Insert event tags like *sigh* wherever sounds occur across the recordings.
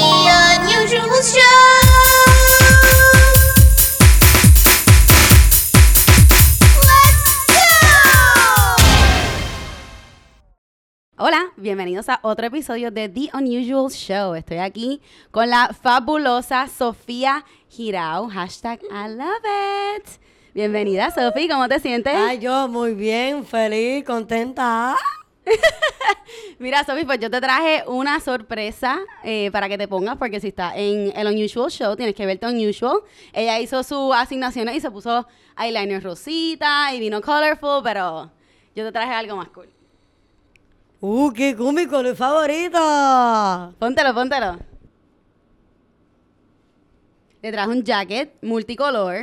The Unusual Show! Let's Hola, bienvenidos a otro episodio de The Unusual Show. Estoy aquí con la fabulosa Sofía Girao, hashtag I love it. Bienvenida, Sofía, ¿cómo te sientes? Ay, yo muy bien, feliz, contenta. Mira, Sofía, pues yo te traje una sorpresa eh, para que te pongas, porque si está en el Unusual Show, tienes que verte Unusual. Ella hizo su asignaciones y se puso eyeliner rosita y vino colorful, pero yo te traje algo más cool. Uh, qué cómico, mi favorito. Póntelo, póntelo. Le traje un jacket multicolor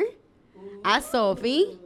a Sophie.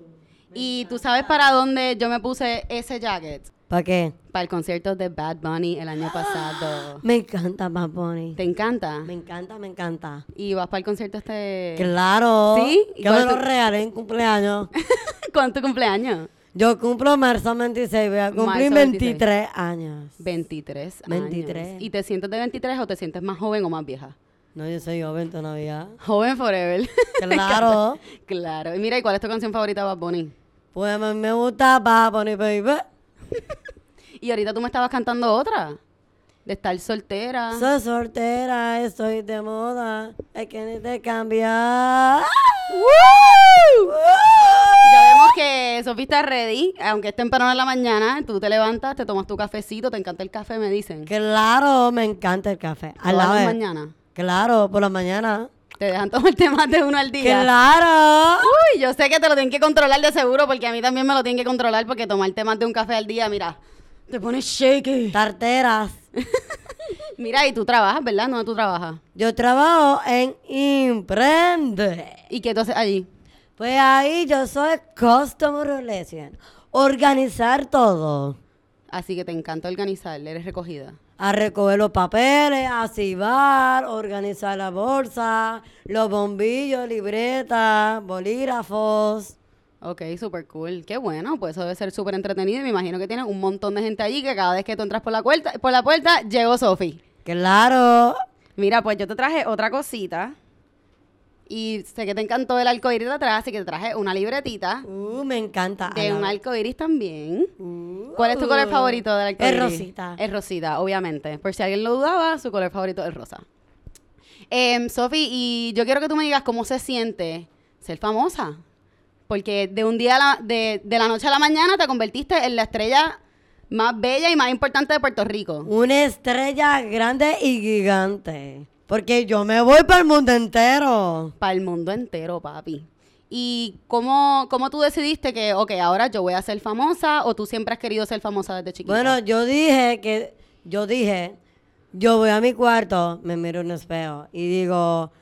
Y tú sabes para dónde yo me puse ese jacket. ¿Para qué? Para el concierto de Bad Bunny el año pasado. Me encanta, Paponi. ¿Te encanta? Me encanta, me encanta. Y vas para el concierto este. Claro. ¿Sí? ¿Y Yo cuál me lo tú- regalé en cumpleaños. *laughs* ¿Cuándo tu cumpleaños? Yo cumplo marzo 26, voy a cumplir Marzo 26. 23 años. 23. años. 23. ¿Y te sientes de 23 o te sientes más joven o más vieja? No, yo soy *laughs* joven todavía. Joven forever. *laughs* Me encanta. Claro. claro. Y mira, ¿y cuál es tu canción favorita de Bad Bunny? Pues a mí me gusta Paponi, baby. Y ahorita tú me estabas cantando otra. De estar soltera. Soy soltera, estoy de moda. Hay que ni te cambiar. ya vemos que Sofía está ready, aunque es temprano en la mañana, tú te levantas, te tomas tu cafecito, te encanta el café, me dicen. Claro, me encanta el café. A Todas la las vez. mañanas. Claro, por la mañana. Te dejan *laughs* tomarte más de uno al día. Claro. Uy, yo sé que te lo tienen que controlar de seguro, porque a mí también me lo tienen que controlar, porque tomarte más de un café al día, mira, te pones shaky. Tarteras. Mira, y tú trabajas, ¿verdad? No, tú trabajas. Yo trabajo en Imprende. ¿Y qué tú haces allí? Pues ahí yo soy Customer Relation. Organizar todo. Así que te encanta organizar, eres recogida. A recoger los papeles, a cibar, organizar la bolsa, los bombillos, libretas, bolígrafos. Ok, súper cool. Qué bueno, pues eso debe ser súper entretenido y me imagino que tienes un montón de gente allí que cada vez que tú entras por la puerta, por la puerta llegó Sofi. Claro. Mira, pues yo te traje otra cosita y sé que te encantó el arco iris de atrás, así que te traje una libretita Uh, me encanta. I de un love it. arco iris también. Uh. ¿Cuál es tu color favorito del arco Es iris? rosita. Es rosita, obviamente. Por si alguien lo dudaba, su color favorito es rosa. Em, Sofi, y yo quiero que tú me digas cómo se siente ser famosa. Porque de un día, a la, de, de la noche a la mañana, te convertiste en la estrella más bella y más importante de Puerto Rico. Una estrella grande y gigante. Porque yo me voy para el mundo entero. Para el mundo entero, papi. ¿Y cómo, cómo tú decidiste que, ok, ahora yo voy a ser famosa o tú siempre has querido ser famosa desde chiquita? Bueno, yo dije que. Yo dije. Yo voy a mi cuarto, me miro en un espejo y digo.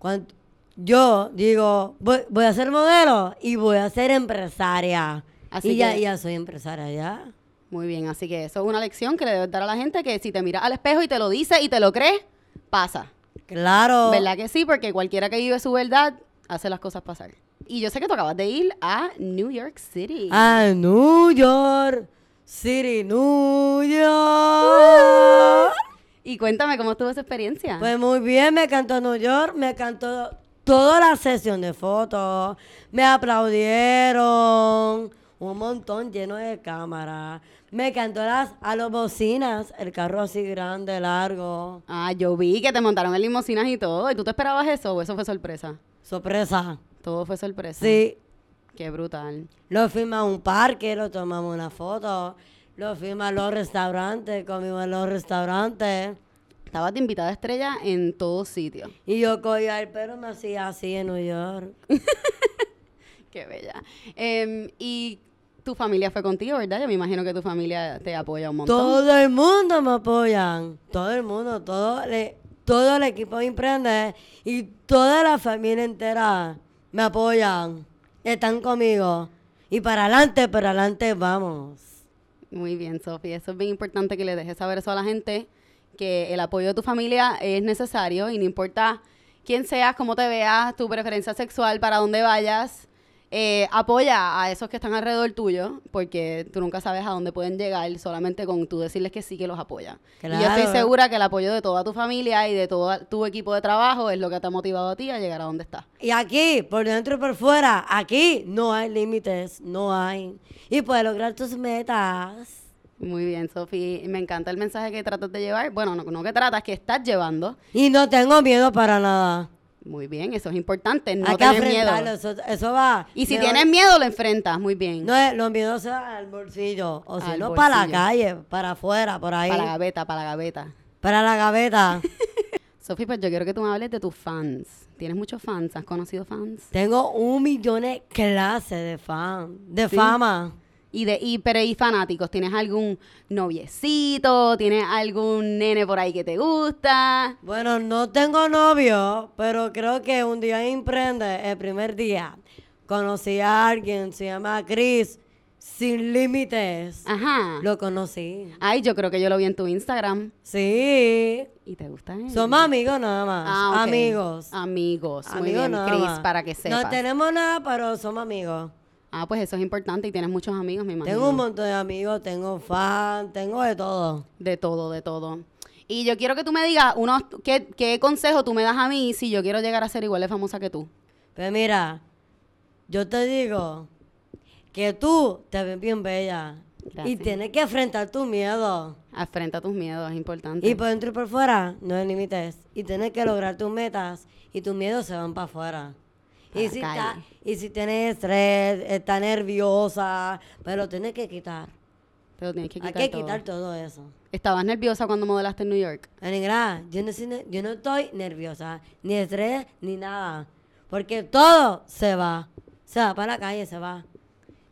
"¿Cuánt-?" Yo digo, voy, voy a ser modelo y voy a ser empresaria. Así y ya, que- ya soy empresaria, ya. Muy bien, así que eso es una lección que le debes dar a la gente que si te miras al espejo y te lo dice y te lo crees, pasa. Claro. ¿Verdad que sí? Porque cualquiera que vive su verdad hace las cosas pasar. Y yo sé que tú acabas de ir a New York City. A Ah, New York, City, New York. Y cuéntame cómo estuvo esa experiencia. Pues muy bien, me cantó New York, me cantó toda la sesión de fotos, me aplaudieron, un montón lleno de cámaras, me cantó las, a las bocinas, el carro así grande, largo, ah, yo vi que te montaron en limusinas y todo. ¿Y tú te esperabas eso o eso fue sorpresa? sorpresa. Todo fue sorpresa. Sí, Qué brutal. lo fuimos a un parque, lo tomamos una foto, lo fuimos a los restaurantes, comimos en los restaurantes. Estabas de invitada estrella en todo sitio. Y yo cogía el pelo, me hacía así en New York. Qué bella. Em, y tu familia fue contigo, ¿verdad? Yo me imagino que tu familia te apoya un montón. Todo el mundo me apoyan. Todo el mundo, todo, le- todo el equipo de Imprende y toda la familia entera me apoyan. Están conmigo. Y para adelante, para adelante vamos. Muy bien, Sofía. Eso es bien importante que le dejes saber eso a la gente, que el apoyo de tu familia es necesario y no importa quién seas, cómo te veas, tu preferencia sexual, para dónde vayas, eh, apoya a esos que están alrededor tuyo, porque tú nunca sabes a dónde pueden llegar solamente con tú decirles que sí que los apoya. Y yo Claro. estoy segura que el apoyo de toda tu familia y de todo tu equipo de trabajo es lo que te ha motivado a ti a llegar a donde estás. Y aquí, por dentro y por fuera, aquí no hay límites, no hay. Y puedes lograr tus metas. Muy bien, Sofi. Me encanta el mensaje que tratas de llevar. Bueno, no, no que tratas, que estás llevando. Y no tengo miedo para nada. Muy bien, eso es importante, no hay que tener miedo. afrontarlo, eso, eso va. Y si Me tienes doy- miedo, lo enfrentas, muy bien. No, eh, los miedos se van al bolsillo, o si Al no, para la bolsillo. calle, para afuera, por ahí, Para la para, gaveta, para la gaveta. la *laughs* gaveta. Sofi, pues yo quiero que tú me hables de tus fans. ¿Tienes muchos fans? ¿Has conocido fans? tengo un millón de clases de fan, de Sí. fama. Y de y, pero y fanáticos, ¿tienes algún noviecito? ¿Tienes algún nene por ahí que te gusta? Bueno, no tengo novio, pero creo que un día en emprende, el primer día, conocí a alguien, se llama Chris, sin límites. Ajá. Lo conocí. Ay, yo creo que yo lo vi en tu Instagram. Sí. ¿Y te gusta él? Somos amigos nada más. Mm. Ah, ok. Amigos. Amigos. Muy Amigos bien, nada Chris, más. para que sepas. No tenemos nada, pero somos amigos. Ah, pues eso es importante y tienes muchos amigos, me imagino. Tengo un montón de amigos, tengo fan, tengo de todo. De todo, de todo. Y yo quiero que tú me digas unos, ¿qué, qué consejo tú me das a mí si yo quiero llegar a ser igual de famosa que tú. Pero mira, yo te digo que tú te ves bien bella. Y Gracias. tienes que enfrentar tu miedo. Afrenta tus miedos, es importante. Y por dentro y por fuera, no hay límites. Y tienes que lograr tus metas y tus miedos se van para afuera. Y Para si, Ah, calle. ta- y si tienes estrés, estás nerviosa, pero tienes que quitar. Te lo tienes que Hay quitar que todo. quitar todo eso. ¿Estabas nerviosa cuando modelaste en New York? La negra, yo no, soy ne- yo no estoy nerviosa, ni estrés, ni nada. Porque todo se va. Se va para la calle, se va.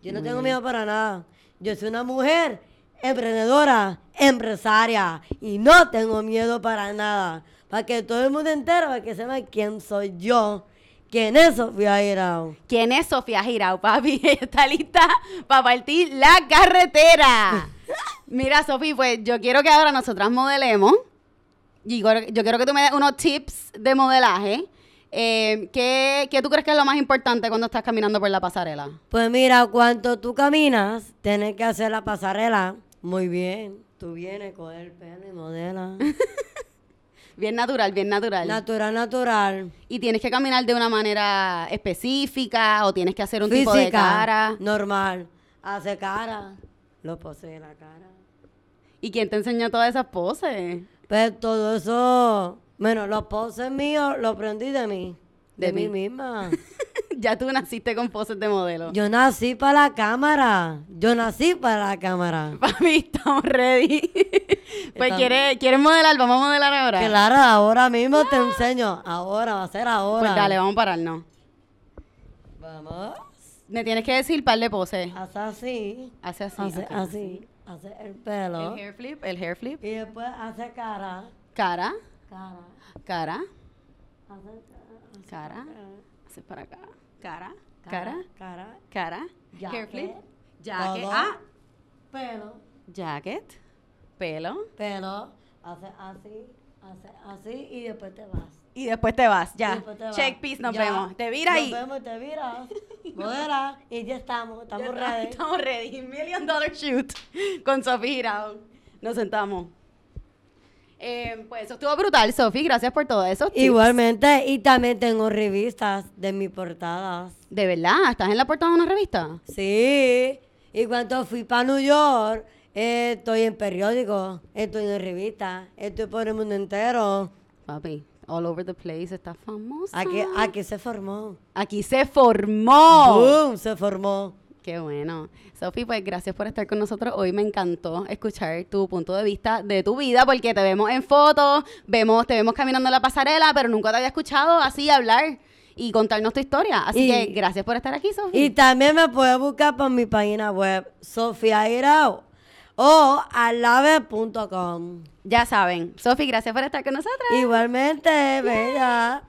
Yo no tengo miedo para nada. Yo soy una mujer emprendedora, empresaria. Y no tengo miedo para nada. Para que todo el mundo entero, para que sepa quién soy yo. Quién es Sofía Irao. ¿Quién es Sofía Girao, papi? *laughs* Ella está lista para partir la carretera. Mira, Sofía, pues yo quiero que ahora nosotras modelemos. Y yo yo quiero que tú me des unos tips de modelaje. Eh, ¿qué, qué tú crees que es lo más importante cuando estás caminando por la pasarela? Pues mira, cuando tú caminas, tienes que hacer la pasarela. Muy bien. Tú vienes con el pelo y modela. Bien natural, bien natural. Natural, natural. y tienes que caminar de una manera específica o tienes que hacer un Física, tipo de cara. Normal. Hace cara. Lo posee la cara. ¿Y quién te enseñó todas esas poses? *laughs* Pero Pues todo eso. Bueno, los poses míos los aprendí de mí. De, De mí. mí. *laughs* misma. ya tú naciste con poses de modelo. Yo nací para la cámara. Yo nací para la cámara. *laughs* Papi, estamos *laughs* ready. pues Estamos- ¿quieres, quieres modelar, vamos a modelar ahora. Claro, ahora mismo te enseño. Ahora, va a ser ahora. Pues dale, vamos a pararnos. Vamos. Me tienes que decir par de poses. Haz así. Hace así. Hace ok. así. Hace el pelo. El hair flip, el hair flip. Y después hace cara. Cara, Cara. cara, Hace cara. cara. Hace para acá. Cara, Cara. cara, Cara. cara. Jacket. Hair flip. Jacket. Todo. Ah, Pelo. jacket. Pelo. Pero hace así, hace así y después te vas. Y después te vas, ya. Después te vas. Check peace, nos Ya. vemos. Te vira Nos ahí. vemos, te viras. Modera y ya estamos, estamos ready. Estamos ready. *laughs* Million Dollar Shoot con Sofi Girao. Nos sentamos. Eh, pues eso estuvo brutal, Sofi. Gracias por todo eso. *laughs* Igualmente, y también tengo revistas de mis portadas. De verdad, estás en la portada de una revista. Sí, y cuando fui para New York, eh, estoy en periódicos, estoy en revistas, estoy por el mundo entero. Papi, all over the place, estás famosa. Aquí, aquí se formó. Aquí se formó. ¡Boom! Se formó. Qué bueno. Sofi, pues gracias por estar con nosotros. Hoy me encantó escuchar tu punto de vista de tu vida, porque te vemos en fotos, vemos, te vemos caminando en la pasarela, pero nunca te había escuchado así hablar y contarnos tu historia. Así Y- que gracias por estar aquí, Y Sofi. también me puedes buscar por mi página web, sofiairao o alave.com. Ya saben. Sofi, gracias por estar con nosotros. Igualmente, bella.